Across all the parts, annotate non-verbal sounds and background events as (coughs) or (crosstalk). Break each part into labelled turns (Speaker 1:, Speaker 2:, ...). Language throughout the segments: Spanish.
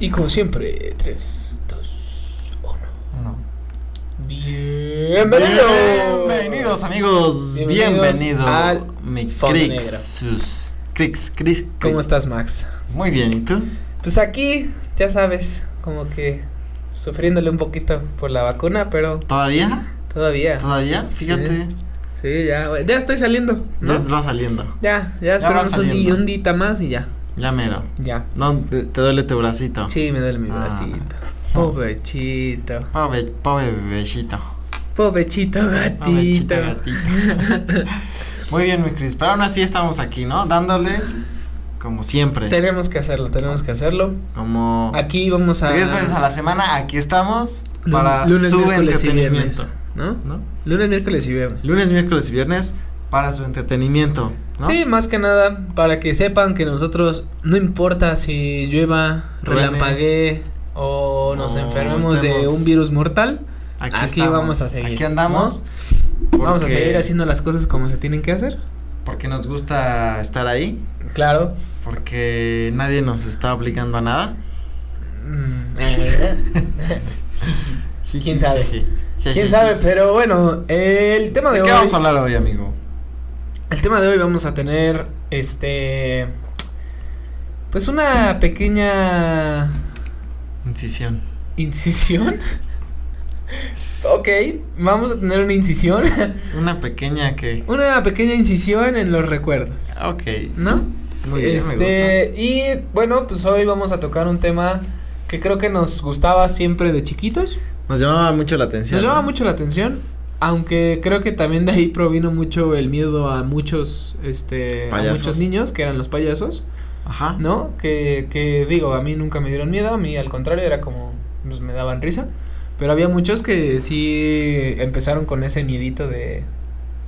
Speaker 1: Y como siempre, 3, 2, 1.
Speaker 2: No.
Speaker 1: Bienvenidos.
Speaker 2: Bienvenidos amigos,
Speaker 1: Bienvenidos
Speaker 2: bienvenido
Speaker 1: al
Speaker 2: mi
Speaker 1: Fondo
Speaker 2: Crixus. Crix, Crix, Crix.
Speaker 1: ¿Cómo estás, Max?
Speaker 2: Muy bien, ¿y tú?
Speaker 1: Pues aquí, ya sabes, como que sufriéndole un poquito por la vacuna, pero
Speaker 2: ¿Todavía?
Speaker 1: todavía.
Speaker 2: ¿Todavía?
Speaker 1: Sí.
Speaker 2: Fíjate,
Speaker 1: Sí, ya, güey, ya estoy saliendo. ¿no?
Speaker 2: ya va saliendo.
Speaker 1: Ya, ya esperamos
Speaker 2: vas
Speaker 1: un, di-
Speaker 2: saliendo.
Speaker 1: un dita más y ya,
Speaker 2: Ya mero.
Speaker 1: ya.
Speaker 2: No, te, te duele tu bracito.
Speaker 1: Sí, me duele mi
Speaker 2: Ah.
Speaker 1: bracito. Pobrecito.
Speaker 2: Pobre, pobre bebecito.
Speaker 1: Pobrecito gatito.
Speaker 2: Pobrecito gatito. Muy bien, mi Crix. Pero aún así estamos aquí, ¿no? Dándole como siempre.
Speaker 1: Tenemos que hacerlo, tenemos que hacerlo.
Speaker 2: Como
Speaker 1: Aquí vamos a.
Speaker 2: tres veces a la semana aquí estamos
Speaker 1: Lu-
Speaker 2: para
Speaker 1: lunes,
Speaker 2: su
Speaker 1: miércoles y
Speaker 2: entretenimiento.
Speaker 1: viernes. ¿No?
Speaker 2: ¿No?
Speaker 1: Lunes, miércoles y viernes.
Speaker 2: Lunes, miércoles y viernes para su entretenimiento, ¿no?
Speaker 1: Sí, más que nada para que sepan que nosotros no importa si llueva,
Speaker 2: Truene.
Speaker 1: relampaguee o nos
Speaker 2: O
Speaker 1: enfermemos de
Speaker 2: estemos-
Speaker 1: un virus mortal, aquí
Speaker 2: estamos,
Speaker 1: vamos a seguir,
Speaker 2: Aquí andamos.
Speaker 1: vamos a
Speaker 2: porque-
Speaker 1: seguir haciendo las cosas como se tienen que hacer.
Speaker 2: Porque nos gusta estar ahí,
Speaker 1: Claro.
Speaker 2: porque nadie nos está obligando a nada.
Speaker 1: Mm, eh, (laughs) ¿Quién sabe? ¿Quién
Speaker 2: ¿Quién
Speaker 1: sabe? Pero bueno, el tema de
Speaker 2: ¿De
Speaker 1: hoy.
Speaker 2: qué vamos a hablar hoy, amigo?
Speaker 1: El tema de hoy vamos a tener este pues una pequeña
Speaker 2: Incisión.
Speaker 1: incisión. (laughs) ok, vamos a tener una incisión, (laughs)
Speaker 2: Una pequeña que.
Speaker 1: una pequeña incisión en los recuerdos,
Speaker 2: Ok.
Speaker 1: ¿no?
Speaker 2: Muy bien, me gusta.
Speaker 1: este, y bueno, pues hoy vamos a tocar un tema que creo que nos gustaba siempre de chiquitos.
Speaker 2: Nos llamaba mucho la atención.
Speaker 1: Nos
Speaker 2: ¿no?
Speaker 1: llama mucho la atención, aunque creo que también de ahí provino mucho el miedo a muchos este a
Speaker 2: Payasos.
Speaker 1: muchos niños que eran los payasos.
Speaker 2: Ajá.
Speaker 1: ¿no? Que, que digo, a mí nunca me dieron miedo, a mí al contrario era como, pues me daban risa, pero había muchos que sí empezaron con ese miedito de,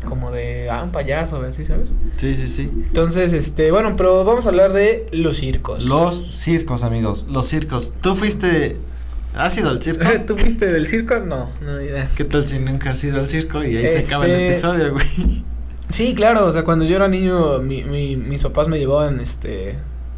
Speaker 1: como de, ah, un payaso, así, ¿sabes?
Speaker 2: Sí, sí, sí.
Speaker 1: Entonces, este, bueno, pero vamos a hablar de los circos.
Speaker 2: Los circos, amigos. Los circos. ¿Tú fuiste. ¿Has ido al circo?
Speaker 1: (laughs) ¿Tú fuiste del circo? No, no, ya.
Speaker 2: ¿Qué tal si nunca has ido al circo? Y ahí se acaba el
Speaker 1: Este-
Speaker 2: episodio, güey.
Speaker 1: Sí, claro, o sea, cuando yo era niño, mi, mi, mis papás me llevaban, este,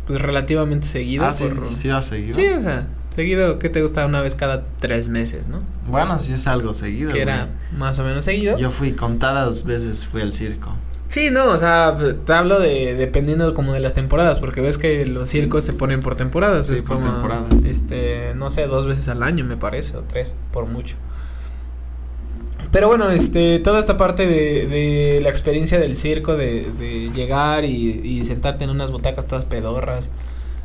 Speaker 1: pues relativamente seguido.
Speaker 2: Ah, sí,
Speaker 1: por-
Speaker 2: sí, va seguido.
Speaker 1: Sí, o sea, seguido, ¿qué te gusta? Una vez cada tres meses, ¿no?
Speaker 2: Bueno, sí es algo seguido,
Speaker 1: Que era
Speaker 2: güey.
Speaker 1: más o menos seguido.
Speaker 2: Yo fui contadas veces fui al circo.
Speaker 1: Sí, no, o sea, te hablo de dependiendo como de las temporadas, porque ves que los circos se ponen por temporadas,
Speaker 2: Sí,
Speaker 1: es
Speaker 2: por
Speaker 1: como
Speaker 2: temporadas.
Speaker 1: este, no sé, dos veces al año me parece o tres por mucho. Pero bueno, este, toda esta parte de, de la experiencia del circo, de, de llegar y, y sentarte en unas butacas todas pedorras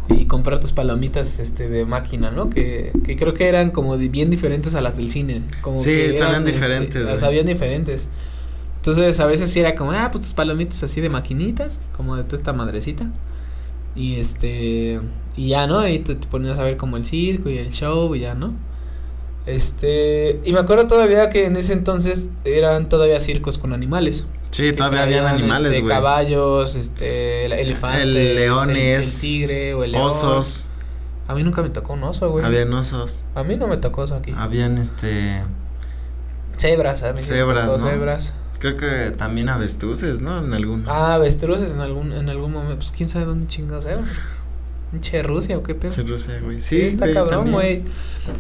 Speaker 1: y comprar tus palomitas, este, de máquina, ¿no? Que, que creo que eran como di- bien diferentes a las del cine. Como
Speaker 2: Sí,
Speaker 1: que
Speaker 2: sabían
Speaker 1: eran, este,
Speaker 2: diferentes,
Speaker 1: las
Speaker 2: güey.
Speaker 1: sabían diferentes. Entonces, a veces sí era como, ah, pues tus palomitas así de maquinita, como de toda esta madrecita. Y este, y ya, ¿no? Y te, te ponías a ver como el circo y el show y ya, ¿no? Este, y me acuerdo todavía que en ese entonces eran todavía circos con animales.
Speaker 2: Sí, todavía
Speaker 1: Que
Speaker 2: habían
Speaker 1: traían,
Speaker 2: animales,
Speaker 1: este,
Speaker 2: güey.
Speaker 1: caballos, este, el- elefantes,
Speaker 2: El
Speaker 1: el,
Speaker 2: leones,
Speaker 1: tigre o el león.
Speaker 2: osos,
Speaker 1: A mí nunca me tocó un oso, güey.
Speaker 2: habían osos,
Speaker 1: A mí no me tocó eso aquí.
Speaker 2: habían este,
Speaker 1: Cebras, a mí sí me
Speaker 2: Cebras,
Speaker 1: tocó
Speaker 2: ¿no?
Speaker 1: cebras.
Speaker 2: creo que también avestruces, ¿no? En algunos.
Speaker 1: Ah, avestruces en algún, en algún momento, pues quién sabe dónde chingados eran. Pinche Rusia o qué pedo.
Speaker 2: Sí, Rusia, güey.
Speaker 1: Sí,
Speaker 2: Sí,
Speaker 1: está
Speaker 2: güey,
Speaker 1: cabrón,
Speaker 2: también.
Speaker 1: güey.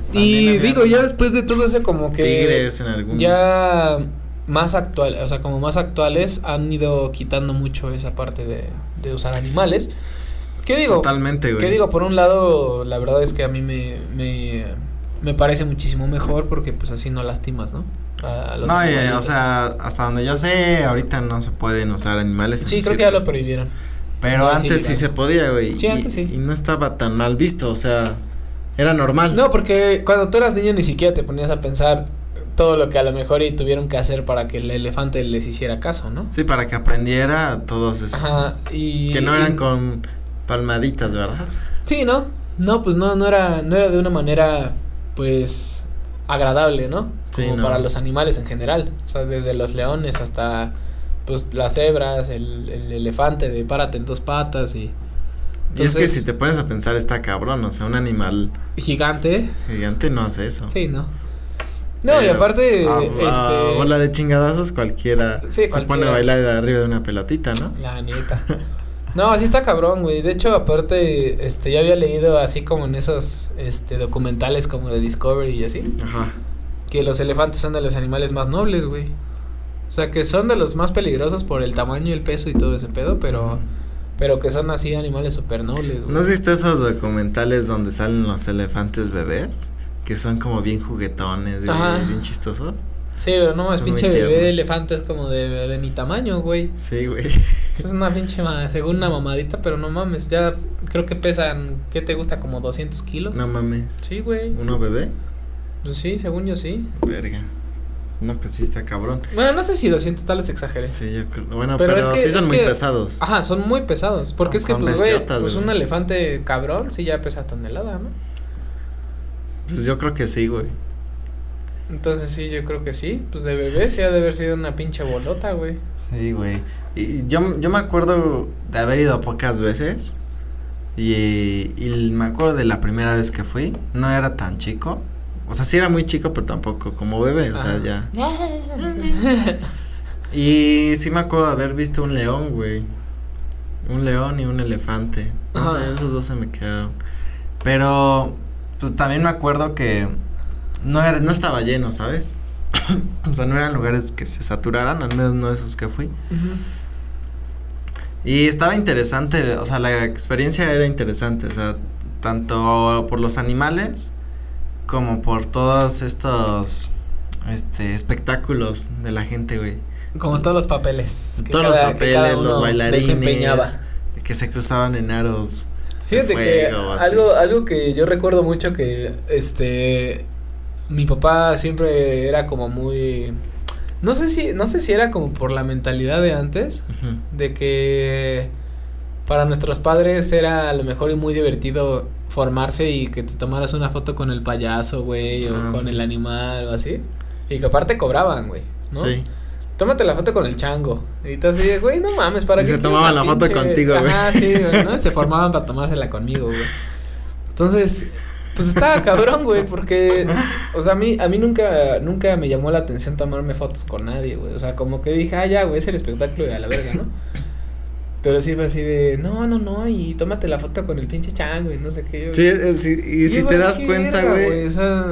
Speaker 2: También
Speaker 1: Y
Speaker 2: había
Speaker 1: digo, ya después de todo eso como que
Speaker 2: Tigres en algunos.
Speaker 1: ya más actual, o sea, como más actuales han ido quitando mucho esa parte de, de usar animales. ¿Qué digo?
Speaker 2: Totalmente, güey.
Speaker 1: ¿Qué digo? Por un lado, la verdad es que a mí me, me, me parece muchísimo mejor porque pues así no lastimas, ¿no? A, a los
Speaker 2: No, eh, o
Speaker 1: animalitos.
Speaker 2: sea, hasta donde yo sé, ahorita no se pueden usar animales. en
Speaker 1: Sí,
Speaker 2: los
Speaker 1: creo que ya lo
Speaker 2: circos.
Speaker 1: prohibieron.
Speaker 2: Pero
Speaker 1: No, sí,
Speaker 2: antes sí,
Speaker 1: claro.
Speaker 2: se podía, güey.
Speaker 1: Sí,
Speaker 2: y-
Speaker 1: antes sí.
Speaker 2: Y no estaba tan mal visto, o sea, era normal.
Speaker 1: No, porque cuando tú eras niño ni siquiera te ponías a pensar todo lo que a lo mejor y tuvieron que hacer para que el elefante les hiciera caso, ¿no?
Speaker 2: Sí, para que aprendiera todos eso.
Speaker 1: Ajá, y...
Speaker 2: Que no
Speaker 1: y-
Speaker 2: eran con palmaditas, ¿verdad?
Speaker 1: Sí, ¿no? No, pues no, no era, no era de una manera, pues, agradable, ¿no?
Speaker 2: Sí,
Speaker 1: Como
Speaker 2: no.
Speaker 1: para los animales en general, o sea, desde los leones hasta, pues, las cebras, el, el elefante de párate en dos patas y
Speaker 2: y es que
Speaker 1: Entonces-
Speaker 2: si te pones a pensar está cabrón, o sea, un animal
Speaker 1: gigante,
Speaker 2: gigante no hace eso.
Speaker 1: sí, ¿no? No, y
Speaker 2: Pero ah,
Speaker 1: aparte,
Speaker 2: a-
Speaker 1: este...
Speaker 2: a bola de chingadazos cualquiera
Speaker 1: Sí,
Speaker 2: se pone
Speaker 1: cualquiera.
Speaker 2: a bailar arriba de una pelotita, ¿no?
Speaker 1: La neta. No, así está cabrón, güey. De hecho, aparte, este, yo había leído así como en esos, este, documentales como de Discovery y así,
Speaker 2: Ajá.
Speaker 1: que los elefantes son de los animales más nobles, güey. O sea, que son de los más peligrosos por el tamaño, el peso y todo ese pedo, pero, pero que son así animales super nobles, güey.
Speaker 2: ¿No has visto esos documentales donde salen los elefantes bebés? Que son como bien juguetones, güey,
Speaker 1: Ajá.
Speaker 2: bien chistosos.
Speaker 1: Sí, pero no más
Speaker 2: Son muy
Speaker 1: pinche bebé de
Speaker 2: tiernos.
Speaker 1: elefante es como de, de mi tamaño, güey.
Speaker 2: Sí, güey.
Speaker 1: Es una pinche, ma- según una mamadita, pero no mames, ya creo que pesan, ¿qué te gusta? Como 200 kilos.
Speaker 2: No mames.
Speaker 1: Sí, güey.
Speaker 2: ¿Uno bebé?
Speaker 1: Pues sí, según yo sí.
Speaker 2: Verga. No, pues sí, está cabrón.
Speaker 1: Bueno, no sé si 200 tal vez exageré.
Speaker 2: Sí, yo creo. Bueno,
Speaker 1: Pero
Speaker 2: pero,
Speaker 1: es que-
Speaker 2: sí son
Speaker 1: es
Speaker 2: muy
Speaker 1: que-
Speaker 2: pesados.
Speaker 1: Ajá, son muy pesados. Porque
Speaker 2: No,
Speaker 1: es que,
Speaker 2: son
Speaker 1: pues, güey,
Speaker 2: bestiotas,
Speaker 1: pues un
Speaker 2: güey.
Speaker 1: elefante cabrón sí ya pesa tonelada, ¿no?
Speaker 2: Pues yo creo que sí, güey.
Speaker 1: Entonces sí, yo creo que sí. Pues de bebé sí ha de haber sido una pinche bolota, güey.
Speaker 2: Sí, güey. Y yo, yo me acuerdo de haber ido pocas veces. Y, y me acuerdo de la primera vez que fui. No era tan chico. O sea, sí era muy chico, pero tampoco como bebé. O sea,
Speaker 1: Ajá.
Speaker 2: ya. Y sí me acuerdo de haber visto un león, güey. Un león y un elefante. No
Speaker 1: Ajá.
Speaker 2: sé, esos dos se me quedaron. Pero, pues también me acuerdo que no, era, no estaba lleno, ¿sabes? (coughs) o sea, no eran lugares que se saturaran, al menos no esos que fui.
Speaker 1: Ujú.
Speaker 2: Y estaba interesante, o sea, la experiencia era interesante, o sea, tanto por los animales como por todos estos este espectáculos de la gente, güey.
Speaker 1: Como todos los papeles. que
Speaker 2: Todos los
Speaker 1: cada- que cada
Speaker 2: papeles,
Speaker 1: uno
Speaker 2: los bailarines
Speaker 1: Desempeñaba.
Speaker 2: que se cruzaban en aros. de
Speaker 1: Fíjate que
Speaker 2: fuego, así.
Speaker 1: algo, algo que yo recuerdo mucho que este mi papá siempre era como muy no sé si no sé si era como por la mentalidad de antes
Speaker 2: Ujú.
Speaker 1: de que para nuestros padres era a lo mejor y muy divertido formarse y que te tomaras una foto con el payaso, güey, o
Speaker 2: Ah,
Speaker 1: con
Speaker 2: sí.
Speaker 1: el animal o así. Y que aparte cobraban, güey, ¿no?
Speaker 2: Sí.
Speaker 1: Tómate la foto con el chango. Y tú así, de, güey, no mames, ¿para
Speaker 2: Y
Speaker 1: qué
Speaker 2: se
Speaker 1: quieres
Speaker 2: tomaban la foto contigo, güey.
Speaker 1: Ajá, sí, güey,
Speaker 2: (laughs)
Speaker 1: ¿no? Se formaban para tomársela conmigo, güey. Entonces, pues estaba cabrón, güey, porque, o sea, a mí, a mí nunca, nunca me llamó la atención tomarme fotos con nadie, güey. O sea, como que dije, ah, ya, güey, es el espectáculo y a la verga, ¿no? Pero sí fue así de, no, no, no, y tómate la foto con el pinche chango y no sé qué. yo-
Speaker 2: Sí, es- es- y,
Speaker 1: yo
Speaker 2: si te
Speaker 1: vale,
Speaker 2: das
Speaker 1: qué
Speaker 2: cuenta,
Speaker 1: verga,
Speaker 2: güey.
Speaker 1: o sea,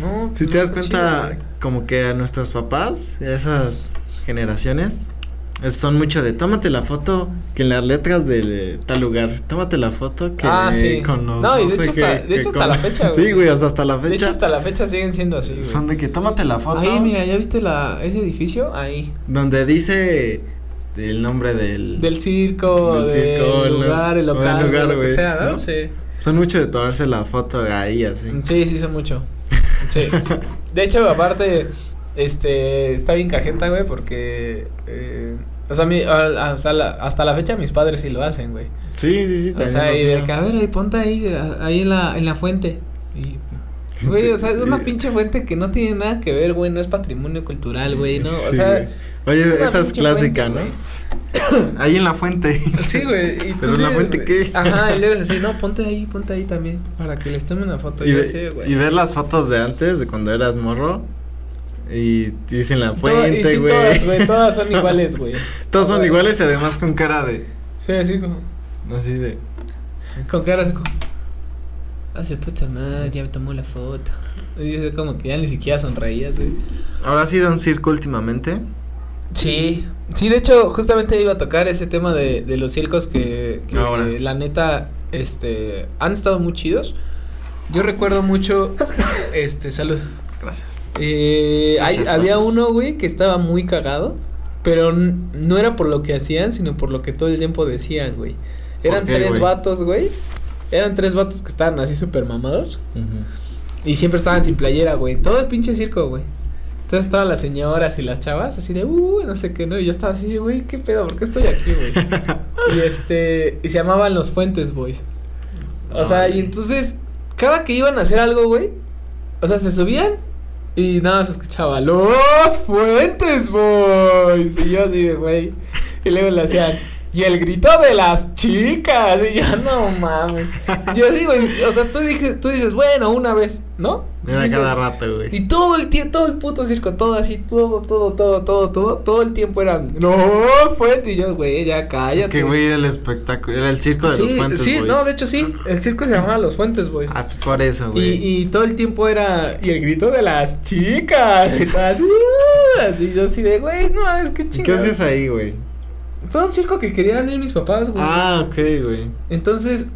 Speaker 1: no.
Speaker 2: Si
Speaker 1: no
Speaker 2: te das
Speaker 1: está
Speaker 2: cuenta,
Speaker 1: chido, güey.
Speaker 2: como que a nuestros papás, a esas generaciones, es- son mucho de tómate la foto que en las letras de tal lugar, tómate la foto que
Speaker 1: Ah, sí.
Speaker 2: con los.
Speaker 1: No, y de
Speaker 2: sé
Speaker 1: hecho
Speaker 2: qué-
Speaker 1: hasta- de
Speaker 2: que
Speaker 1: hecho hasta
Speaker 2: con-
Speaker 1: la fecha, güey.
Speaker 2: (laughs) Sí, güey, o sea, hasta la
Speaker 1: De hecho,
Speaker 2: fecha.
Speaker 1: hasta la fecha siguen siendo así, güey.
Speaker 2: Son de que tómate la foto
Speaker 1: Ahí, mira, ¿ya viste la, ese edificio? Ahí.
Speaker 2: donde dice el nombre del.
Speaker 1: Del circo, del,
Speaker 2: Del circo, el lo-
Speaker 1: lugar, el
Speaker 2: o del
Speaker 1: local, de
Speaker 2: lugar,
Speaker 1: lo que
Speaker 2: güey,
Speaker 1: sea, ¿no?
Speaker 2: ¿no?
Speaker 1: Sí.
Speaker 2: Son mucho de tomarse la foto ahí, así.
Speaker 1: Sí, sí, hizo
Speaker 2: (laughs)
Speaker 1: mucho. Sí. De hecho, aparte, este, está bien cajeta, güey, porque, eh, o sea, mi, a- a- o sea, la- hasta la fecha mis padres sí lo hacen, güey.
Speaker 2: Sí, sí, sí.
Speaker 1: O
Speaker 2: también
Speaker 1: sea,
Speaker 2: los
Speaker 1: y de
Speaker 2: míos.
Speaker 1: que, a ver, ahí, ponte ahí, a- ahí en la, en la fuente. Y, güey, o sea, es
Speaker 2: (laughs)
Speaker 1: una pinche fuente que no tiene nada que ver, güey, no es patrimonio cultural, güey, ¿no? O
Speaker 2: Sí,
Speaker 1: sea,
Speaker 2: güey. Oye,
Speaker 1: una
Speaker 2: esa es
Speaker 1: pinche
Speaker 2: clásica,
Speaker 1: fuente,
Speaker 2: ¿no?
Speaker 1: güey.
Speaker 2: Ahí en la fuente.
Speaker 1: Sí, güey.
Speaker 2: (laughs)
Speaker 1: y tú
Speaker 2: Pero
Speaker 1: sí,
Speaker 2: la fuente,
Speaker 1: güey.
Speaker 2: ¿qué?
Speaker 1: Ajá, y luego así, no, ponte ahí, ponte ahí también, para que les tome una foto.
Speaker 2: (laughs) Y,
Speaker 1: yo
Speaker 2: ve-
Speaker 1: sí, güey.
Speaker 2: y ver las fotos de antes, de cuando eras morro. Y dicen la
Speaker 1: Toda- y sí,
Speaker 2: fuente, güey.
Speaker 1: todas,
Speaker 2: (laughs)
Speaker 1: güey, todas son iguales, güey.
Speaker 2: Todas son
Speaker 1: Güey.
Speaker 2: iguales y además con cara de.
Speaker 1: Sí, así como,
Speaker 2: Así de.
Speaker 1: con cara así como, hace puta madre, ya me tomó la foto. Y yo como que ya ni siquiera sonreías, güey.
Speaker 2: ¿Habrá sido un circo últimamente?
Speaker 1: Sí, sí, de hecho, justamente iba a tocar ese tema de, de los circos que, que
Speaker 2: Ahora.
Speaker 1: la neta, este, han estado muy chidos. Yo recuerdo
Speaker 2: (coughs)
Speaker 1: mucho, este, salud.
Speaker 2: Gracias.
Speaker 1: Eh, hay-
Speaker 2: Gracias,
Speaker 1: había
Speaker 2: gracias.
Speaker 1: uno, güey, que estaba muy cagado, pero n- no era por lo que hacían, sino por lo que todo el tiempo decían, güey.
Speaker 2: ¿Por
Speaker 1: Eran
Speaker 2: qué,
Speaker 1: tres
Speaker 2: güey?
Speaker 1: vatos, güey. Eran tres vatos que estaban así súper mamados. Y siempre estaban sin playera, güey. Todo el pinche circo, güey. Entonces todas las señoras y las chavas así de, uh, no sé qué, ¿no? Y yo estaba así, güey, ¿qué pedo? ¿Por qué estoy aquí,
Speaker 2: (laughs)
Speaker 1: güey? y este, y se llamaban los Fuentes Boys. O
Speaker 2: No,
Speaker 1: sea, y
Speaker 2: güey.
Speaker 1: entonces, cada que iban a hacer algo, güey, o sea, se subían y nada, más se escuchaba, los Fuentes Boys. Y yo así de, güey. Y luego le hacían, Y el grito de las chicas. Y yo, no mames. Yo digo, o sea, tú, dije, tú dices, bueno, una vez, ¿no?
Speaker 2: Era
Speaker 1: Dices,
Speaker 2: cada rato, güey.
Speaker 1: Y todo el tiempo, todo el puto circo, todo así, todo, todo, todo, todo, todo, todo el tiempo eran los fuentes. Y yo, güey, ya cállate.
Speaker 2: Es que, güey, era el espectáculo, era el circo de
Speaker 1: sí,
Speaker 2: los fuentes,
Speaker 1: sí,
Speaker 2: boys.
Speaker 1: no, de hecho sí, el circo se llamaba Los Fuentes Boys.
Speaker 2: Ah, pues por eso,
Speaker 1: y,
Speaker 2: güey.
Speaker 1: y todo el tiempo era, y el grito de las chicas, y todo así, ¡uh! así, yo así de, güey, no, es que
Speaker 2: ¿Qué
Speaker 1: chingada.
Speaker 2: haces ahí, güey?
Speaker 1: Fue un circo que querían ir mis papás, güey.
Speaker 2: Ah, ok, güey.
Speaker 1: Entonces,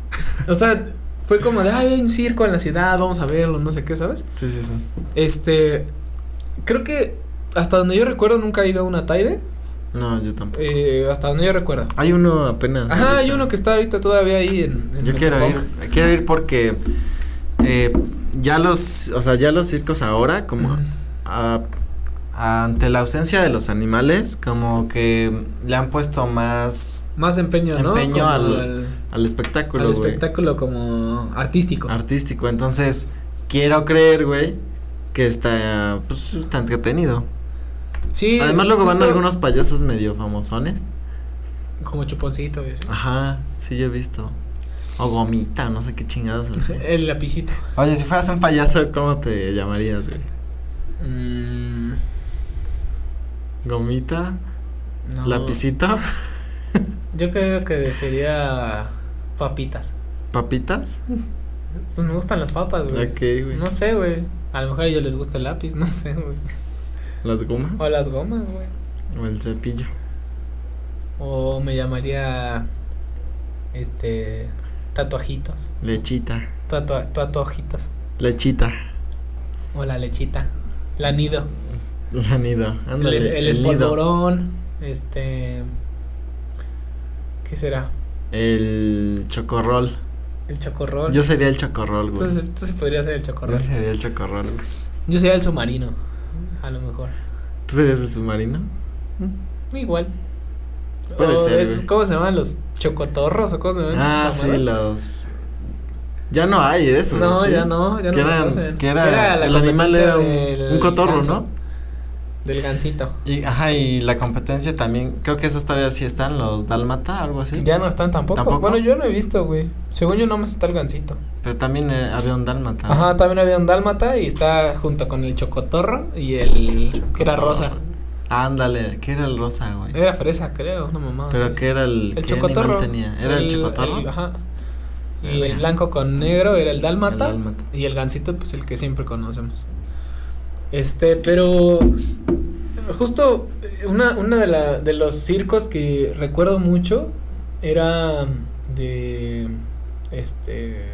Speaker 1: o sea, fue como de, ay, hay un circo en la ciudad, vamos a verlo, no sé qué, ¿sabes?
Speaker 2: Sí, sí, sí.
Speaker 1: Este, creo que hasta donde yo recuerdo nunca he ido a una Taide,
Speaker 2: No, yo tampoco.
Speaker 1: eh, hasta donde yo recuerdo.
Speaker 2: Hay uno apenas.
Speaker 1: Ajá, hay
Speaker 2: ahorita.
Speaker 1: uno que está ahorita todavía ahí en... en
Speaker 2: Yo quiero ir,
Speaker 1: Metepec.
Speaker 2: quiero ir porque eh, ya los, o sea, ya los circos ahora como a- ante la ausencia de los animales, como que le han puesto más
Speaker 1: Más empeño, ¿no?
Speaker 2: Empeño
Speaker 1: Como
Speaker 2: al-
Speaker 1: al
Speaker 2: al espectáculo,
Speaker 1: al
Speaker 2: güey, Ah.
Speaker 1: espectáculo como artístico.
Speaker 2: artístico. Entonces, quiero creer, güey, que está pues está entretenido.
Speaker 1: Sí.
Speaker 2: Además luego van
Speaker 1: justo
Speaker 2: algunos payasos medio famosones.
Speaker 1: Como chuponcito. y así.
Speaker 2: Ajá, sí yo he visto. O gomita, no sé qué chingados así.
Speaker 1: El lapicito.
Speaker 2: Oye, si fueras un payaso, ¿cómo te llamarías, güey?
Speaker 1: Mm,
Speaker 2: Gomita,
Speaker 1: no.
Speaker 2: lapicito.
Speaker 1: Yo creo que sería papitas.
Speaker 2: ¿Papitas?
Speaker 1: Pues me gustan las papas, güey.
Speaker 2: Ok, güey.
Speaker 1: No sé, güey. A lo mejor a ellos les gusta el lápiz, (laughs) no sé, güey.
Speaker 2: ¿Las gomas?
Speaker 1: O las gomas, güey.
Speaker 2: ¿O el cepillo?
Speaker 1: O me llamaría. Este. Tatuajitos.
Speaker 2: Lechita.
Speaker 1: Tatua, tatuajitos.
Speaker 2: Lechita.
Speaker 1: O la lechita. La nido.
Speaker 2: La nido.
Speaker 1: El,
Speaker 2: Ándale.
Speaker 1: el,
Speaker 2: nido.
Speaker 1: espolvorón. Este. ¿Qué será?
Speaker 2: El chocorrol.
Speaker 1: El chocorrol.
Speaker 2: Yo sería el chocorrol, güey.
Speaker 1: entonces, entonces podría ser el
Speaker 2: Yo
Speaker 1: chocorrol.
Speaker 2: sería el chocorrol, güey.
Speaker 1: Yo sería el submarino. A lo mejor.
Speaker 2: ¿Tú serías el submarino?
Speaker 1: Igual.
Speaker 2: Puede
Speaker 1: O
Speaker 2: ser,
Speaker 1: esos-
Speaker 2: güey.
Speaker 1: ¿Cómo se llaman? ¿Los chocotorros o cómo se llaman?
Speaker 2: Ah,
Speaker 1: esas
Speaker 2: sí,
Speaker 1: mamadas?
Speaker 2: los. Ya no hay de esos.
Speaker 1: No,
Speaker 2: ¿sí?
Speaker 1: ya no, ya
Speaker 2: Que
Speaker 1: no los
Speaker 2: eran-
Speaker 1: hacen.
Speaker 2: que era,
Speaker 1: Que era la
Speaker 2: el animal era un,
Speaker 1: competencia del
Speaker 2: un cotorro,
Speaker 1: ganso.
Speaker 2: ¿no?
Speaker 1: Del gansito.
Speaker 2: Y, ajá, y la competencia también, creo que esos todavía sí están, los dálmata, algo así.
Speaker 1: Ya no están tampoco.
Speaker 2: ¿Tampoco?
Speaker 1: Bueno, yo no he visto, güey. Según yo, nomás está el gansito.
Speaker 2: Pero también eh, había un dálmata.
Speaker 1: Ajá, también había un dálmata y está junto con el chocotorro y el. que era rosa.
Speaker 2: Ándale, ¿qué era el rosa, güey?
Speaker 1: Era fresa, creo, no mamá.
Speaker 2: Pero que era el,
Speaker 1: Eh, El
Speaker 2: ¿qué
Speaker 1: chocotorro.
Speaker 2: animal tenía? ¿Era el, chocotorro?
Speaker 1: el- ajá. Y
Speaker 2: Verga.
Speaker 1: el blanco con negro era el dálmata.
Speaker 2: El dálmata.
Speaker 1: Y el gansito, pues el que siempre conocemos. Este, pero justo eh, una, una de, la, de los circos que recuerdo mucho era de, este,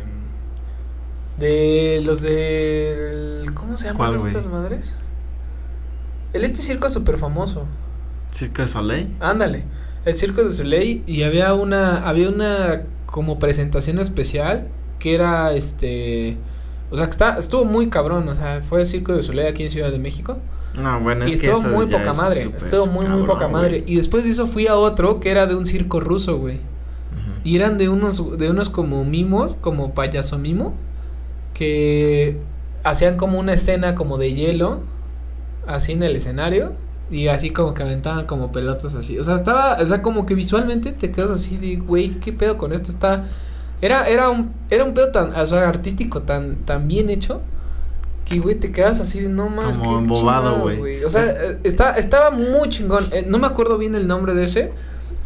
Speaker 1: de los del, ¿cómo se llaman
Speaker 2: ¿Cuál, güey?
Speaker 1: estas madres? El este circo súper famoso,
Speaker 2: Circo de Soleil.
Speaker 1: ándale, el circo de Soleil y había una, había una como presentación especial que era este, o sea, que está, estuvo muy cabrón, o sea, fue el circo de Soleil aquí en Ciudad de México.
Speaker 2: No, bueno,
Speaker 1: Y
Speaker 2: es que
Speaker 1: estuvo
Speaker 2: eso
Speaker 1: muy
Speaker 2: ya
Speaker 1: poca
Speaker 2: es
Speaker 1: madre,
Speaker 2: súper
Speaker 1: estuvo muy muy
Speaker 2: cabrón,
Speaker 1: poca madre.
Speaker 2: güey.
Speaker 1: Y después de eso fui a otro que era de un circo ruso, güey.
Speaker 2: Ujú.
Speaker 1: Y eran de unos de unos como mimos, como payaso mimo, que hacían como una escena como de hielo así en el escenario y así como que aventaban como pelotas así. O sea, estaba, o sea, como que visualmente te quedas así de, güey, qué pedo con esto está era era un era un pedo tan, o sea, artístico tan tan bien hecho. Que, güey, te quedas así de no más.
Speaker 2: Como embobado, güey.
Speaker 1: O sea,
Speaker 2: Es-
Speaker 1: eh, está, estaba muy chingón. eh, no me acuerdo bien el nombre de ese.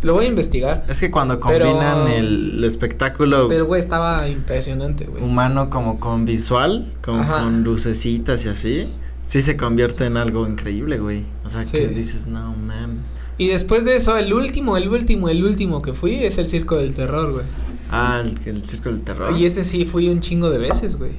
Speaker 1: Lo voy a investigar.
Speaker 2: Es que cuando
Speaker 1: Pero-
Speaker 2: combinan el, el espectáculo
Speaker 1: Pero, güey, estaba impresionante, güey.
Speaker 2: humano como con visual, como
Speaker 1: Ajá.
Speaker 2: con lucecitas y así, sí se convierte en algo increíble, güey. O sea,
Speaker 1: Sí.
Speaker 2: que dices, no, man.
Speaker 1: Y después de eso, el último, el último, el último que fui es el Circo del Terror, güey.
Speaker 2: Ah, el, el circo del terror.
Speaker 1: Y ese sí fui un chingo de veces, güey.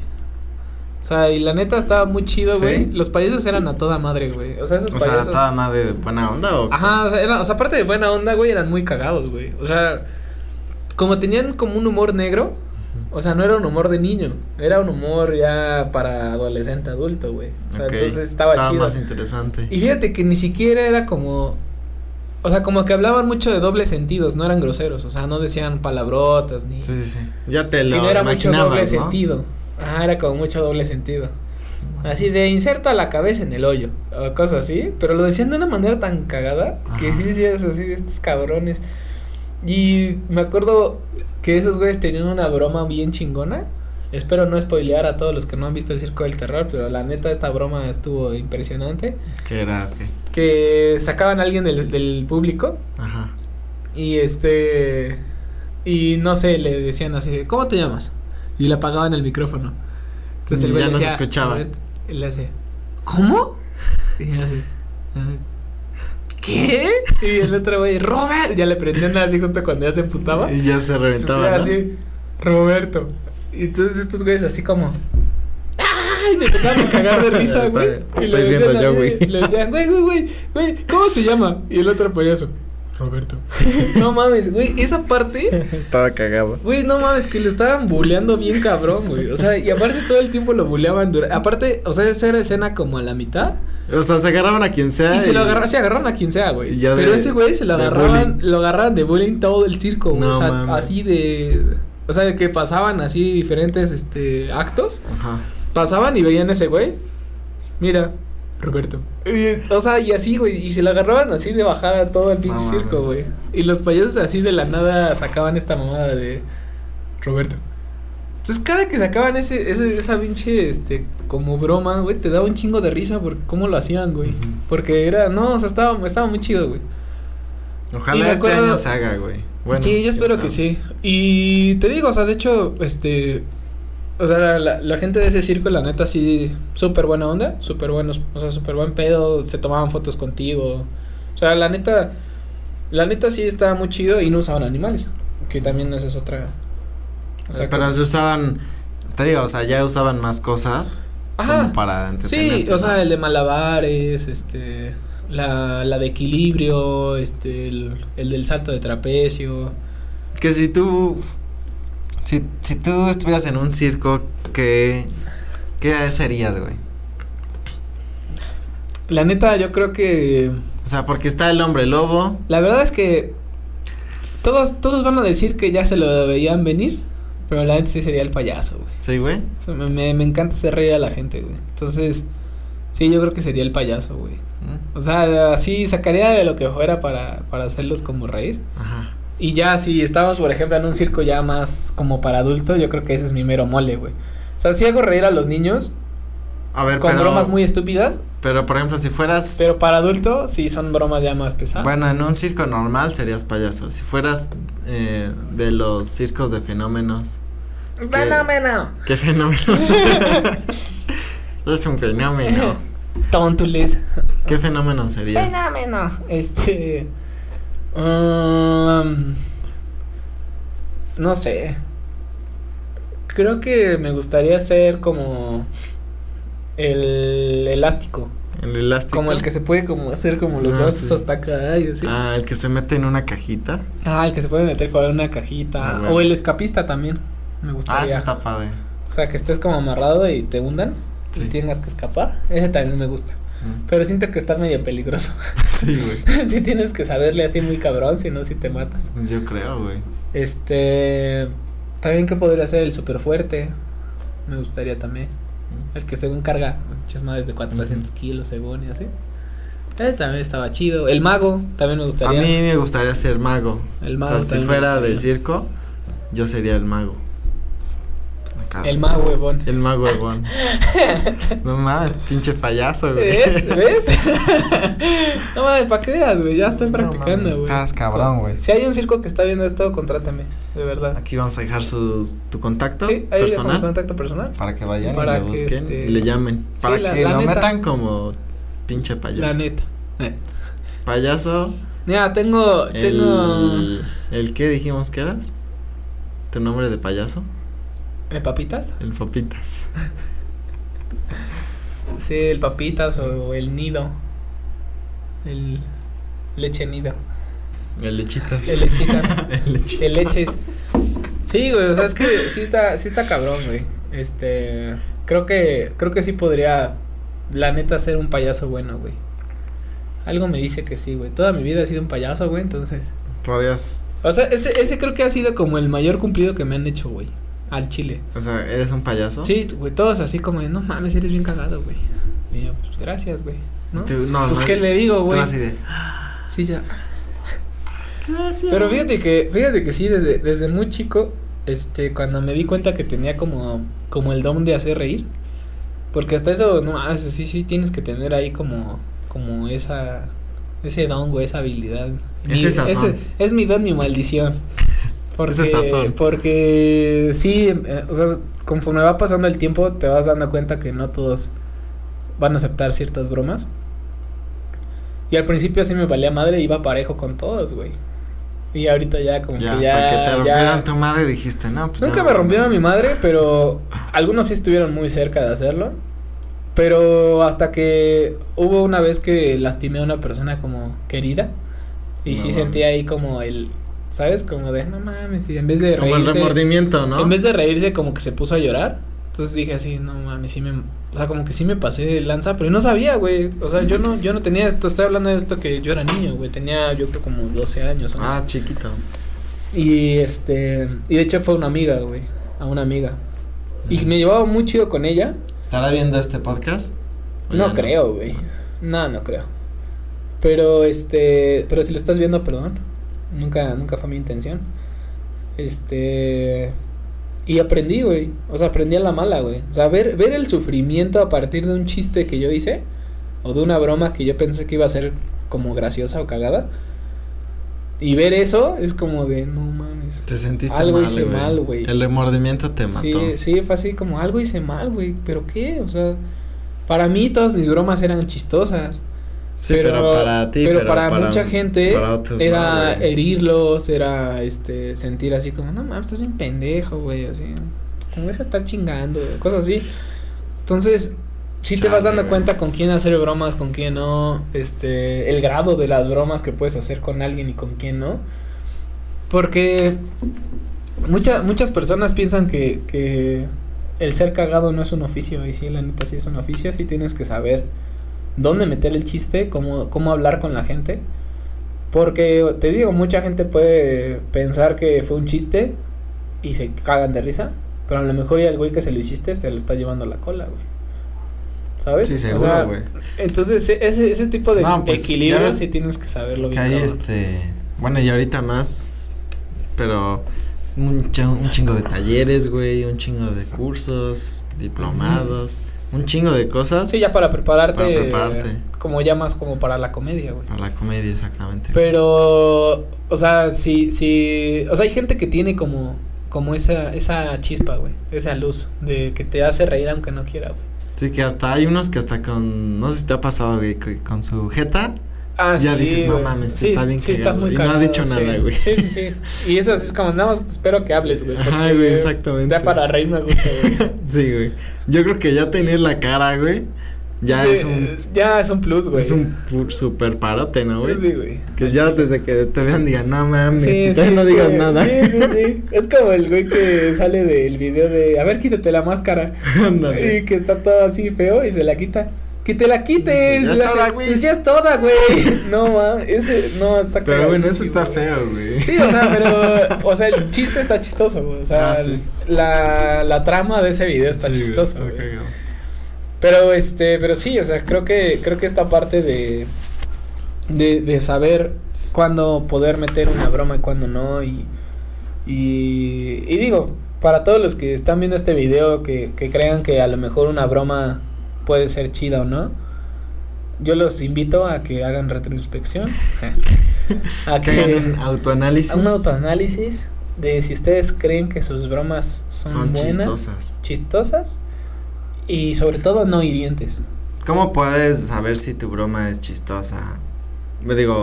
Speaker 1: O sea, y la neta estaba muy chido, güey.
Speaker 2: ¿Sí?
Speaker 1: Los payasos eran a toda madre, güey. O sea, esos
Speaker 2: o sea,
Speaker 1: payasos.
Speaker 2: estaba más de buena onda o qué?
Speaker 1: Ajá, o sea, era- o sea, aparte de buena onda, güey, eran muy cagados, güey. O sea, como tenían como un humor negro, o sea, no era un humor de niño, era un humor ya para adolescente, adulto, güey. O sea,
Speaker 2: Ok,
Speaker 1: entonces estaba, chido.
Speaker 2: más interesante.
Speaker 1: Y fíjate que ni siquiera era como. O sea, como que hablaban mucho de dobles sentidos, no eran groseros. O sea, no decían palabrotas ni.
Speaker 2: Sí, sí, sí. Ya te lo
Speaker 1: sino era mucho
Speaker 2: imaginabas,
Speaker 1: doble
Speaker 2: ¿no?
Speaker 1: sentido. Ajá, era como mucho doble sentido. Así de inserta la cabeza en el hoyo, o cosas así. Pero lo decían de una manera tan cagada que
Speaker 2: Ajá.
Speaker 1: sí decías así de estos cabrones. Y me acuerdo que esos güeyes tenían una broma bien chingona. Espero no spoilear a todos los que no han visto el Circo del Terror, pero la neta esta broma estuvo impresionante.
Speaker 2: ¿Qué era? ¿Qué?
Speaker 1: Que sacaban a alguien del, del público
Speaker 2: Ajá.
Speaker 1: y este... Y no sé, le decían así, de, ¿cómo te llamas? Y le apagaban el micrófono. Entonces el
Speaker 2: Y
Speaker 1: güey
Speaker 2: Mm, ya
Speaker 1: le
Speaker 2: no se
Speaker 1: decía,
Speaker 2: escuchaba.
Speaker 1: "A ver", Y le hace, ¿cómo? Y le hace, "Ah, ¿qué? Y el otro güey, Robert. Ya le prendían así justo cuando ya se emputaba.
Speaker 2: Y ya se reventaba.
Speaker 1: Era
Speaker 2: ¿no?
Speaker 1: así, Roberto. Y entonces estos güeyes así como. ¡Ay! Se empezaron a cagar de
Speaker 2: (laughs)
Speaker 1: risa,
Speaker 2: Está
Speaker 1: güey.
Speaker 2: bien,
Speaker 1: Y
Speaker 2: estoy
Speaker 1: le
Speaker 2: viendo
Speaker 1: decían
Speaker 2: yo,
Speaker 1: así,
Speaker 2: güey.
Speaker 1: Le decían, güey, güey, güey, güey, ¿cómo se llama? Y el otro payaso, (laughs) Roberto. No mames, güey, esa parte,
Speaker 2: Estaba cagado.
Speaker 1: güey, no mames, que lo estaban buleando bien cabrón, güey. O sea, y aparte todo el tiempo lo buleaban. dura- Aparte, o sea, esa era escena como a la mitad.
Speaker 2: O sea, se agarraban a quien sea.
Speaker 1: Y se lo agarraron, se agarraron a quien sea, güey.
Speaker 2: Y ya
Speaker 1: Pero
Speaker 2: de-
Speaker 1: ese güey se lo
Speaker 2: de
Speaker 1: agarraban,
Speaker 2: bullying.
Speaker 1: lo agarraban de bullying todo el circo, güey.
Speaker 2: No
Speaker 1: o sea,
Speaker 2: mames.
Speaker 1: así de. O sea, de que pasaban así diferentes este actos.
Speaker 2: Ajá.
Speaker 1: Pasaban y veían a ese güey. Mira, Roberto. Y, o sea, y así, güey. Y se lo agarraban así de bajada todo el pinche
Speaker 2: No
Speaker 1: circo,
Speaker 2: mames.
Speaker 1: güey. Y los payasos así de la nada sacaban esta mamada de Roberto. Entonces, cada que sacaban ese, ese- esa pinche, este, como broma, güey, te daba un chingo de risa por cómo lo hacían, güey.
Speaker 2: Ujú.
Speaker 1: Porque era, no, o sea, estaba, estaba muy chido, güey. Y
Speaker 2: Ojalá
Speaker 1: me
Speaker 2: este
Speaker 1: acuerdo-
Speaker 2: año se haga, güey. Bueno.
Speaker 1: sí, yo
Speaker 2: quién
Speaker 1: espero que
Speaker 2: sabe.
Speaker 1: sí. Y te digo, o sea, de hecho, este. O sea, la, la- la gente de ese circo, la neta, sí, súper buena onda, súper buenos, o sea, súper buen pedo, se tomaban fotos contigo. O sea, la neta, la neta sí estaba muy chido y no usaban animales, que también esa es otra. O sea,
Speaker 2: Pero se usaban. Te digo, o sea, ya usaban más cosas.
Speaker 1: como- ajá,
Speaker 2: Como para entretenerte.
Speaker 1: sí, o sea,
Speaker 2: ¿no?
Speaker 1: el de malabares, este, la, la de equilibrio, este, el, el del salto de trapecio.
Speaker 2: Que si tú. Si, si tú estuvieras en un circo, ¿qué. ¿Qué serías, güey?
Speaker 1: La neta, yo creo que
Speaker 2: O sea, porque está el hombre lobo.
Speaker 1: La verdad es que todos, todos van a decir que ya se lo veían venir, pero la gente sí sería el payaso, güey.
Speaker 2: Sí, güey.
Speaker 1: O sea, Me, me- me encanta hacer reír a la gente, güey. Entonces, sí, yo creo que sería el payaso, güey.
Speaker 2: ¿Mm?
Speaker 1: O sea, así sacaría de lo que fuera para, para hacerlos como reír.
Speaker 2: Ajá.
Speaker 1: Y ya si estamos, por ejemplo, en un circo ya más como para adulto, yo creo que ese es mi mero mole, güey. O sea, sí hago reír a los niños
Speaker 2: A ver,
Speaker 1: con
Speaker 2: pero.
Speaker 1: bromas muy estúpidas,
Speaker 2: Pero, por ejemplo, si fueras.
Speaker 1: pero para adulto sí son bromas ya más pesadas.
Speaker 2: Bueno, en un circo normal serías payaso. Si fueras eh, de los circos de fenómenos.
Speaker 1: Fenómeno.
Speaker 2: ¿Qué fenómenos? (laughs) es un fenómeno.
Speaker 1: Tontules.
Speaker 2: ¿Qué fenómeno serías?
Speaker 1: Fenómeno. Este. um, no sé. Creo que me gustaría ser como. El elástico.
Speaker 2: El elástico.
Speaker 1: como el que se puede como hacer como los
Speaker 2: Ah,
Speaker 1: brazos
Speaker 2: sí.
Speaker 1: hasta acá y así. Ah.
Speaker 2: Ah, el que se mete en una cajita.
Speaker 1: el que se puede meter con una cajita.
Speaker 2: Ah, bueno.
Speaker 1: O el escapista también. Me
Speaker 2: Ah,
Speaker 1: gustaría.
Speaker 2: eso está padre.
Speaker 1: O sea, que estés como amarrado y te hundan. Y
Speaker 2: Sí.
Speaker 1: tengas que escapar. Ese también me gusta.
Speaker 2: Mm.
Speaker 1: Pero siento que está medio peligroso.
Speaker 2: (laughs)
Speaker 1: (laughs)
Speaker 2: sí, güey.
Speaker 1: Si tienes que saberle así muy cabrón, si no, si te matas.
Speaker 2: Yo creo, güey.
Speaker 1: Este. También que podría ser el super fuerte. Me gustaría también. El que según carga muchas más de 400 kilos, según y así. Eh, también estaba chido. El mago, también me
Speaker 2: A
Speaker 1: gustaría.
Speaker 2: mí me gustaría ser mago.
Speaker 1: el
Speaker 2: O
Speaker 1: mago.
Speaker 2: sea, si
Speaker 1: también me
Speaker 2: fuera del
Speaker 1: gustaría.
Speaker 2: circo, yo sería el mago. Acá.
Speaker 1: El mago, huevón.
Speaker 2: El mago huevón.
Speaker 1: (laughs)
Speaker 2: no mames, pinche payaso, güey. (laughs)
Speaker 1: ¿Ves? ¿Ves? (laughs) no mames, para que veas, güey. Ya estoy
Speaker 2: No
Speaker 1: practicando,
Speaker 2: mames,
Speaker 1: güey.
Speaker 2: Estás cabrón, güey.
Speaker 1: Si hay un circo que está viendo esto, contrátame. De verdad.
Speaker 2: Aquí vamos a dejar su, tu contacto
Speaker 1: Sí, ahí le pongo
Speaker 2: personal
Speaker 1: contacto personal.
Speaker 2: para que vayan
Speaker 1: Para
Speaker 2: y
Speaker 1: que,
Speaker 2: le busquen
Speaker 1: este,
Speaker 2: y le llamen.
Speaker 1: sí,
Speaker 2: Para
Speaker 1: la-
Speaker 2: que
Speaker 1: la
Speaker 2: lo
Speaker 1: neta.
Speaker 2: metan como pinche payaso.
Speaker 1: La neta. Eh.
Speaker 2: Payaso,
Speaker 1: Mira, tengo. Tengo.
Speaker 2: el, el que dijimos que eras. Tu nombre de payaso,
Speaker 1: ¿Eh, ¿Papitas?
Speaker 2: el Fopitas.
Speaker 1: Sí, el papitas o el nido. El leche nido.
Speaker 2: El Lechitas.
Speaker 1: El lechitas.
Speaker 2: (laughs) el Lechitas.
Speaker 1: El leches. Sí, güey, o sea, es que sí está, sí está cabrón, güey. Este, creo que, creo que sí podría, la neta, ser un payaso bueno, güey. Algo me dice que sí, güey. Toda mi vida he sido un payaso, güey, entonces.
Speaker 2: Podrías,
Speaker 1: O sea, ese, ese creo que ha sido como el mayor cumplido que me han hecho, güey. Al chile.
Speaker 2: o sea, eres un payaso.
Speaker 1: Sí, güey, todos así como de, no mames, eres bien cagado, güey. Y yo, pues gracias, güey.
Speaker 2: Y
Speaker 1: ¿no?
Speaker 2: tú- no,
Speaker 1: Pues
Speaker 2: no,
Speaker 1: qué le digo,
Speaker 2: tú
Speaker 1: güey.
Speaker 2: así de,
Speaker 1: Sí, ya.
Speaker 2: Gracias.
Speaker 1: Pero fíjate que, fíjate que sí, desde, desde muy chico, este, cuando me di cuenta que tenía como, como el don de hacer reír, porque hasta eso, no, ah, sí, sí, tienes que tener ahí como, como esa, ese don, güey, esa habilidad.
Speaker 2: Ese sazón.
Speaker 1: ese- es mi don, mi maldición. Porque,
Speaker 2: (laughs) Ese sazón.
Speaker 1: porque sí, eh, o sea, conforme va pasando el tiempo, te vas dando cuenta que no todos van a aceptar ciertas bromas. Y al principio así me valía madre, iba parejo con todos, güey. Y ahorita ya como
Speaker 2: Ya,
Speaker 1: que
Speaker 2: hasta que te
Speaker 1: ya,
Speaker 2: rompieron
Speaker 1: ya
Speaker 2: tu madre dijiste, no, pues.
Speaker 1: Nunca
Speaker 2: ya
Speaker 1: me
Speaker 2: vale".
Speaker 1: rompieron a mi madre, pero algunos sí estuvieron muy cerca de hacerlo. Pero hasta que hubo una vez que lastimé a una persona como querida. Y
Speaker 2: No
Speaker 1: sí
Speaker 2: mames.
Speaker 1: sentí ahí como el, ¿sabes? Como de, no mames, y en vez de
Speaker 2: Como el
Speaker 1: reírse.
Speaker 2: remordimiento, ¿no?
Speaker 1: En vez de reírse como que se puso a llorar. Entonces dije así, no mames, sí me, o sea, como que sí me pasé de lanza, pero yo no sabía, güey. O sea, yo no yo no tenía esto, estoy hablando de esto que yo era niño, güey. Tenía yo creo como 12 años, 11.
Speaker 2: Ah, chiquito.
Speaker 1: Y este, y de hecho fue una amiga, güey, a una amiga. Y me llevaba muy chido con ella.
Speaker 2: ¿Estará viendo este podcast? ¿O ya
Speaker 1: No creo, güey. No, no creo. Pero este, pero si lo estás viendo, perdón. Nunca nunca fue mi intención. Este, y aprendí, güey. O sea, aprendí a la mala, güey. O sea, ver ver el sufrimiento a partir de un chiste que yo hice o de una broma que yo pensé que iba a ser como graciosa o cagada. Y ver eso es como de no mames.
Speaker 2: Te sentiste
Speaker 1: Algo
Speaker 2: mal,
Speaker 1: hice
Speaker 2: güey.
Speaker 1: mal, güey.
Speaker 2: El remordimiento te mató.
Speaker 1: Sí, sí, fue así como algo hice mal, güey. ¿Pero qué? O sea, para mí todas mis bromas eran chistosas.
Speaker 2: Sí, pero, para ti,
Speaker 1: pero, para, mucha gente
Speaker 2: para otros no,
Speaker 1: era
Speaker 2: güey.
Speaker 1: herirlos, era este sentir así como, no mames, estás bien pendejo, güey, así. Como vas a estar chingando, güey, cosas así. Entonces, sí te
Speaker 2: Chale,
Speaker 1: vas dando
Speaker 2: güey.
Speaker 1: cuenta con quién hacer bromas, con quién no, este, el grado de las bromas que puedes hacer con alguien y con quién no. Porque muchas muchas personas piensan que, que el ser cagado no es un oficio, y sí, la neta sí es un oficio, sí tienes que saber dónde meter el chiste, cómo, cómo hablar con la gente. Porque te digo, mucha gente puede pensar que fue un chiste y se cagan de risa, pero a lo mejor ya el güey que se lo hiciste se lo está llevando la cola, güey. ¿Sabes?
Speaker 2: Sí,
Speaker 1: O
Speaker 2: seguro,
Speaker 1: sea,
Speaker 2: güey.
Speaker 1: entonces, e- ese, ese tipo de
Speaker 2: No, pues, ya
Speaker 1: equilibrio
Speaker 2: ves
Speaker 1: sí tienes que saberlo
Speaker 2: que
Speaker 1: bien.
Speaker 2: hay
Speaker 1: cabrón.
Speaker 2: este. Bueno, y ahorita más. Pero. Un, ch- un chingo de talleres, güey. Un chingo de cursos. Diplomados. Un chingo de cosas.
Speaker 1: Sí, ya para prepararte,
Speaker 2: Para prepararte.
Speaker 1: como llamas como para la comedia, güey.
Speaker 2: Para la comedia, exactamente.
Speaker 1: Pero, o sea, sí, sí, o sea, hay gente que tiene como, como esa, esa chispa, güey, esa luz de que te hace reír aunque no quiera, güey.
Speaker 2: Sí, que hasta hay unos que hasta con. No sé si te ha pasado, güey. que Con su jeta. (laughs)
Speaker 1: Ah,
Speaker 2: Ya dices, no
Speaker 1: güey.
Speaker 2: mames, está bien
Speaker 1: sí, estás
Speaker 2: cagado,
Speaker 1: muy
Speaker 2: y no ha
Speaker 1: cagado,
Speaker 2: dicho
Speaker 1: sí.
Speaker 2: nada, güey.
Speaker 1: Sí, sí, sí. Y eso así es como, nada más espero que hables, güey.
Speaker 2: Ajá,
Speaker 1: porque
Speaker 2: güey, exactamente.
Speaker 1: Da para reír me gusta, güey.
Speaker 2: Sí, güey. Yo creo que ya tener la cara, güey. (laughs) Ya
Speaker 1: Sí,
Speaker 2: es un.
Speaker 1: ya es un plus, güey.
Speaker 2: Es un pu- super parote, ¿no, güey?
Speaker 1: Sí, güey.
Speaker 2: Que ya desde que te vean digan, no mames,
Speaker 1: Sí,
Speaker 2: y
Speaker 1: sí,
Speaker 2: todavía no
Speaker 1: sí,
Speaker 2: digas nada.
Speaker 1: Sí, sí, sí. Es como el güey que sale del video de, a ver, quítate la máscara.
Speaker 2: (laughs) Ándale.
Speaker 1: Y que está todo así feo y se la quita. Que te la quites.
Speaker 2: Ya es
Speaker 1: la-
Speaker 2: toda, güey.
Speaker 1: pues ya es toda, güey. (laughs) No, ma, ese no está
Speaker 2: Pero bueno, eso
Speaker 1: cagadísimo,
Speaker 2: está
Speaker 1: güey.
Speaker 2: feo, güey.
Speaker 1: Sí, o sea, pero o sea, el chiste está chistoso, güey. O sea,
Speaker 2: Ah, sí.
Speaker 1: la, la trama de ese video está
Speaker 2: Sí, güey,
Speaker 1: chistoso.
Speaker 2: está
Speaker 1: güey.
Speaker 2: cagado.
Speaker 1: Pero este, pero sí, o sea, creo que creo que esta parte de de, de saber cuándo poder meter una broma y cuándo no y y, y digo, para todos los que están viendo este video que, que crean que a lo mejor una broma puede ser chida o no, yo los invito a que hagan retroinspección, a
Speaker 2: Que hagan
Speaker 1: que
Speaker 2: un autoanálisis.
Speaker 1: un autoanálisis de si ustedes creen que sus bromas son,
Speaker 2: Son
Speaker 1: buenas,
Speaker 2: chistosas.
Speaker 1: chistosas y sobre todo no hirientes.
Speaker 2: ¿Cómo puedes saber si tu broma es chistosa? Me digo,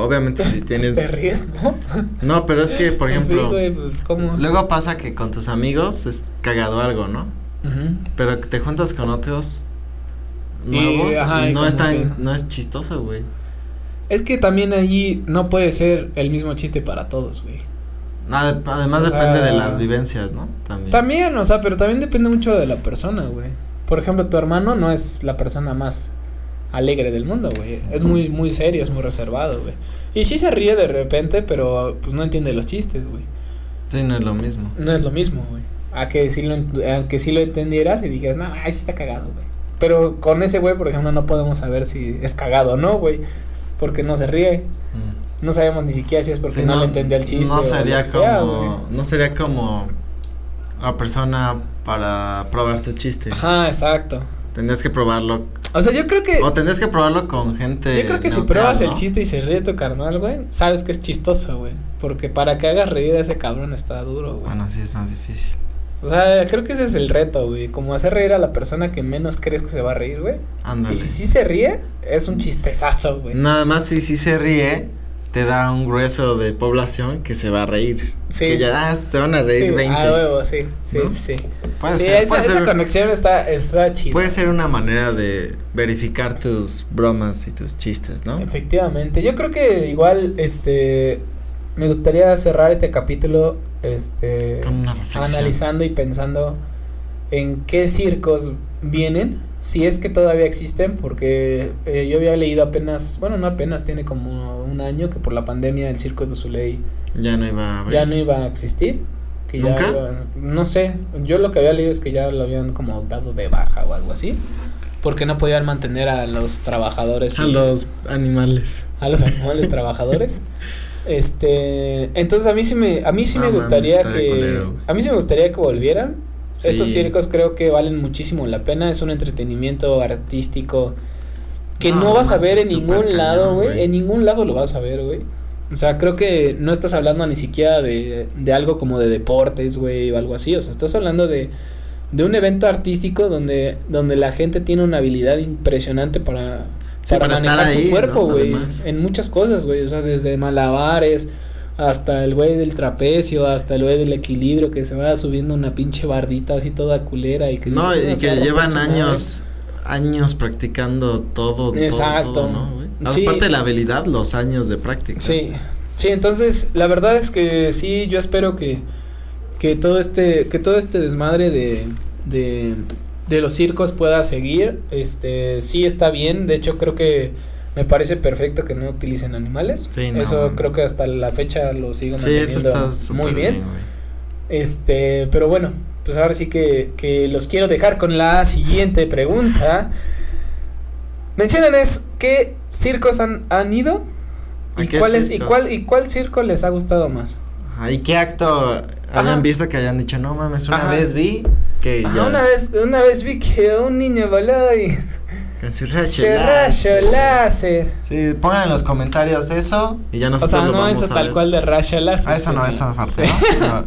Speaker 1: (laughs)
Speaker 2: obviamente si
Speaker 1: Pues te
Speaker 2: tienes.
Speaker 1: ríes, ¿no?
Speaker 2: No, pero es que, por
Speaker 1: Pues
Speaker 2: ejemplo,
Speaker 1: Sí, güey, pues cómo.
Speaker 2: luego pasa que con tus amigos es cagado algo, ¿no?
Speaker 1: Ujú.
Speaker 2: Pero que te juntas con otros
Speaker 1: Y,
Speaker 2: nuevos y,
Speaker 1: ajá, y
Speaker 2: no es
Speaker 1: como
Speaker 2: tan-
Speaker 1: que-
Speaker 2: no es chistoso, güey.
Speaker 1: Es que también allí no puede ser el mismo chiste para todos, güey.
Speaker 2: Nada, además
Speaker 1: O
Speaker 2: depende de
Speaker 1: sea,
Speaker 2: las vivencias, ¿no? También.
Speaker 1: También, o sea, pero también depende mucho de la persona, güey. Por ejemplo, tu hermano no es la persona más alegre del mundo, güey. Es muy, muy serio, es muy reservado, güey. Y sí se ríe de repente, pero pues no entiende los chistes, güey.
Speaker 2: Sí, no es lo mismo.
Speaker 1: No es lo mismo, güey. A que sí lo, ent- a que sí lo entendieras y dijeras, no, ahí sí está cagado, güey. Pero con ese güey, por ejemplo, no podemos saber si es cagado o no, güey. Porque no se ríe.
Speaker 2: Mm.
Speaker 1: No sabemos ni siquiera si es porque
Speaker 2: Sí,
Speaker 1: no, le entendía el chiste.
Speaker 2: No
Speaker 1: o
Speaker 2: sería
Speaker 1: lo que sea, güey.
Speaker 2: como. no sería como la persona para probar tu chiste.
Speaker 1: Ajá, exacto.
Speaker 2: Tendrías que probarlo.
Speaker 1: O sea, yo creo que.
Speaker 2: O tendrías que probarlo con gente.
Speaker 1: Yo creo que si
Speaker 2: neutral,
Speaker 1: pruebas el
Speaker 2: ¿no?
Speaker 1: chiste y se ríe tu carnal, güey, sabes que es chistoso, güey. Porque para que hagas reír a ese cabrón está duro, güey.
Speaker 2: Bueno, sí, es más difícil.
Speaker 1: O sea, creo que ese es el reto, güey. Como hacer reír a la persona que menos crees que se va a reír, güey.
Speaker 2: Ándale.
Speaker 1: Y si sí se ríe, es un chistezazo, güey.
Speaker 2: Nada más si sí se ríe, te da un grueso de población que se va a reír.
Speaker 1: Sí.
Speaker 2: Que ya ah, se van a reír
Speaker 1: Sí,
Speaker 2: 20.
Speaker 1: a huevo, sí, sí,
Speaker 2: ¿No?
Speaker 1: sí, sí.
Speaker 2: Puede
Speaker 1: Sí,
Speaker 2: ser,
Speaker 1: esa,
Speaker 2: puede
Speaker 1: esa
Speaker 2: ser-
Speaker 1: conexión está, está chida.
Speaker 2: puede ser una manera de verificar tus bromas y tus chistes, ¿no?
Speaker 1: Efectivamente, yo creo que igual, este, me gustaría cerrar este capítulo, este,
Speaker 2: Con una reflexión.
Speaker 1: analizando y pensando en qué circos vienen, si es que todavía existen, porque eh, yo había leído apenas, bueno, no apenas, tiene como un año que por la pandemia el circo de Zuley
Speaker 2: Ya no iba a abrir.
Speaker 1: ya no iba a existir. Que ya
Speaker 2: ¿Nunca?
Speaker 1: iba- no sé, yo lo que había leído es que ya lo habían como dado de baja o algo así, porque no podían mantener a los trabajadores.
Speaker 2: (laughs) A
Speaker 1: y-
Speaker 2: los animales.
Speaker 1: a los animales trabajadores. Este, entonces a mí sí me a mí sí
Speaker 2: No
Speaker 1: me
Speaker 2: mames,
Speaker 1: gustaría
Speaker 2: estaría
Speaker 1: que
Speaker 2: culero, güey.
Speaker 1: a mí sí me gustaría que volvieran. Esos
Speaker 2: Sí.
Speaker 1: circos creo que valen muchísimo la pena, es un entretenimiento artístico que no,
Speaker 2: No,
Speaker 1: vas a ver en
Speaker 2: manches, súper
Speaker 1: ningún lado,
Speaker 2: cañón,
Speaker 1: güey,
Speaker 2: güey.
Speaker 1: en ningún lado lo vas a ver, güey. O sea, creo que no estás hablando ni siquiera de, de algo como de deportes, güey, o algo así. O sea, estás hablando de, de un evento artístico donde, donde la gente tiene una habilidad impresionante para,
Speaker 2: Sí, para estar
Speaker 1: manejar
Speaker 2: ahí,
Speaker 1: su
Speaker 2: ¿no?
Speaker 1: cuerpo, güey.
Speaker 2: Además.
Speaker 1: En muchas cosas, güey. O sea, desde malabares hasta el güey del trapecio, hasta el güey del equilibrio que se va subiendo una pinche bardita así toda culera y que
Speaker 2: No,
Speaker 1: dices,
Speaker 2: y
Speaker 1: "No, se va
Speaker 2: que
Speaker 1: a romper
Speaker 2: llevan
Speaker 1: su madre".
Speaker 2: años, años practicando todo, todo,
Speaker 1: Exacto.
Speaker 2: todo, ¿no, güey?
Speaker 1: Sí.
Speaker 2: Aparte de la habilidad, los años de práctica.
Speaker 1: Sí, sí, entonces la verdad es que sí, yo espero que, que todo este, que todo este desmadre de, de, de los circos pueda seguir, este, sí está bien, de hecho creo que me parece perfecto que no utilicen animales,
Speaker 2: Sí, no,
Speaker 1: eso
Speaker 2: no.
Speaker 1: creo que hasta la fecha lo sigo
Speaker 2: Sí,
Speaker 1: manteniendo
Speaker 2: eso está
Speaker 1: muy
Speaker 2: súper
Speaker 1: bien,
Speaker 2: güey.
Speaker 1: este, pero bueno, pues ahora sí que, que los quiero dejar con la siguiente pregunta. Menciónenles qué circos han, han ido
Speaker 2: ¿A
Speaker 1: ¿Y
Speaker 2: qué
Speaker 1: cuál, es- y,
Speaker 2: circos?
Speaker 1: cuál, ¿Y cuál circo les ha gustado más?
Speaker 2: Ajá, ¿Y qué acto
Speaker 1: Ajá.
Speaker 2: hayan visto que hayan dicho, no mames, una
Speaker 1: Ajá.
Speaker 2: vez vi que
Speaker 1: Ah,
Speaker 2: ya.
Speaker 1: una, vez, una vez vi que un niño voló y
Speaker 2: Que su
Speaker 1: se
Speaker 2: rayo
Speaker 1: rayo
Speaker 2: láser.
Speaker 1: láser.
Speaker 2: Sí, pongan en los comentarios eso y ya
Speaker 1: O
Speaker 2: nosotros
Speaker 1: sea,
Speaker 2: lo
Speaker 1: no,
Speaker 2: vamos
Speaker 1: eso
Speaker 2: a
Speaker 1: tal
Speaker 2: ver.
Speaker 1: cual de rayo láser.
Speaker 2: Ah, eso no,
Speaker 1: señor.
Speaker 2: esa parte,
Speaker 1: Sí.
Speaker 2: ¿no? Sino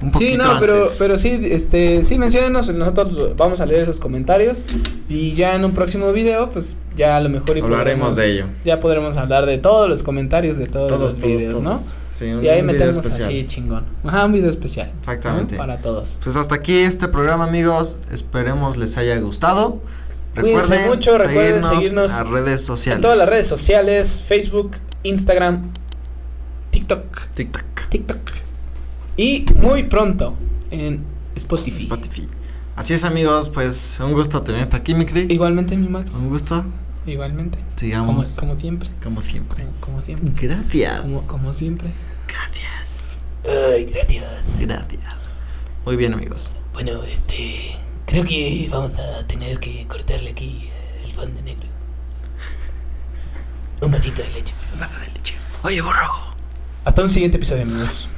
Speaker 2: un poquito
Speaker 1: (laughs) Sí, no, pero,
Speaker 2: antes.
Speaker 1: pero sí, este, sí, menciónenos, nosotros vamos a leer esos comentarios y ya en un próximo video, pues ya a lo mejor y
Speaker 2: Hablaremos
Speaker 1: podremos-
Speaker 2: de ello.
Speaker 1: Ya podremos hablar de todos los comentarios de todos,
Speaker 2: todos,
Speaker 1: los
Speaker 2: todos,
Speaker 1: videos,
Speaker 2: todos.
Speaker 1: ¿no?
Speaker 2: Sí, un,
Speaker 1: Y ahí
Speaker 2: un video
Speaker 1: metemos
Speaker 2: especial.
Speaker 1: así chingón. Ajá, un video especial. ¿no?
Speaker 2: Exactamente.
Speaker 1: Para todos.
Speaker 2: Pues hasta aquí este programa, amigos. Esperemos les haya gustado.
Speaker 1: Cuídense
Speaker 2: Recuerden
Speaker 1: mucho, recuerden seguirnos
Speaker 2: a redes sociales.
Speaker 1: En todas las redes sociales, Facebook, Instagram, TikTok,
Speaker 2: TikTok,
Speaker 1: TikTok. Y muy pronto en Spotify.
Speaker 2: Spotify. Así es, amigos, pues un gusto tenerte aquí, mi Cris.
Speaker 1: Igualmente, mi Max.
Speaker 2: Un gusto.
Speaker 1: Igualmente. Como,
Speaker 2: Sigamos
Speaker 1: como siempre.
Speaker 2: como siempre.
Speaker 1: Como, como siempre.
Speaker 2: Gracias.
Speaker 1: Como, como siempre.
Speaker 2: Gracias.
Speaker 3: Ay, gracias.
Speaker 2: Gracias. Muy bien, amigos.
Speaker 3: Bueno, este. Creo que vamos a tener que cortarle aquí eh, el fondo negro. Un vasito de leche. Un vaso de leche. Oye, borrojo.
Speaker 1: Hasta un siguiente episodio, amigos.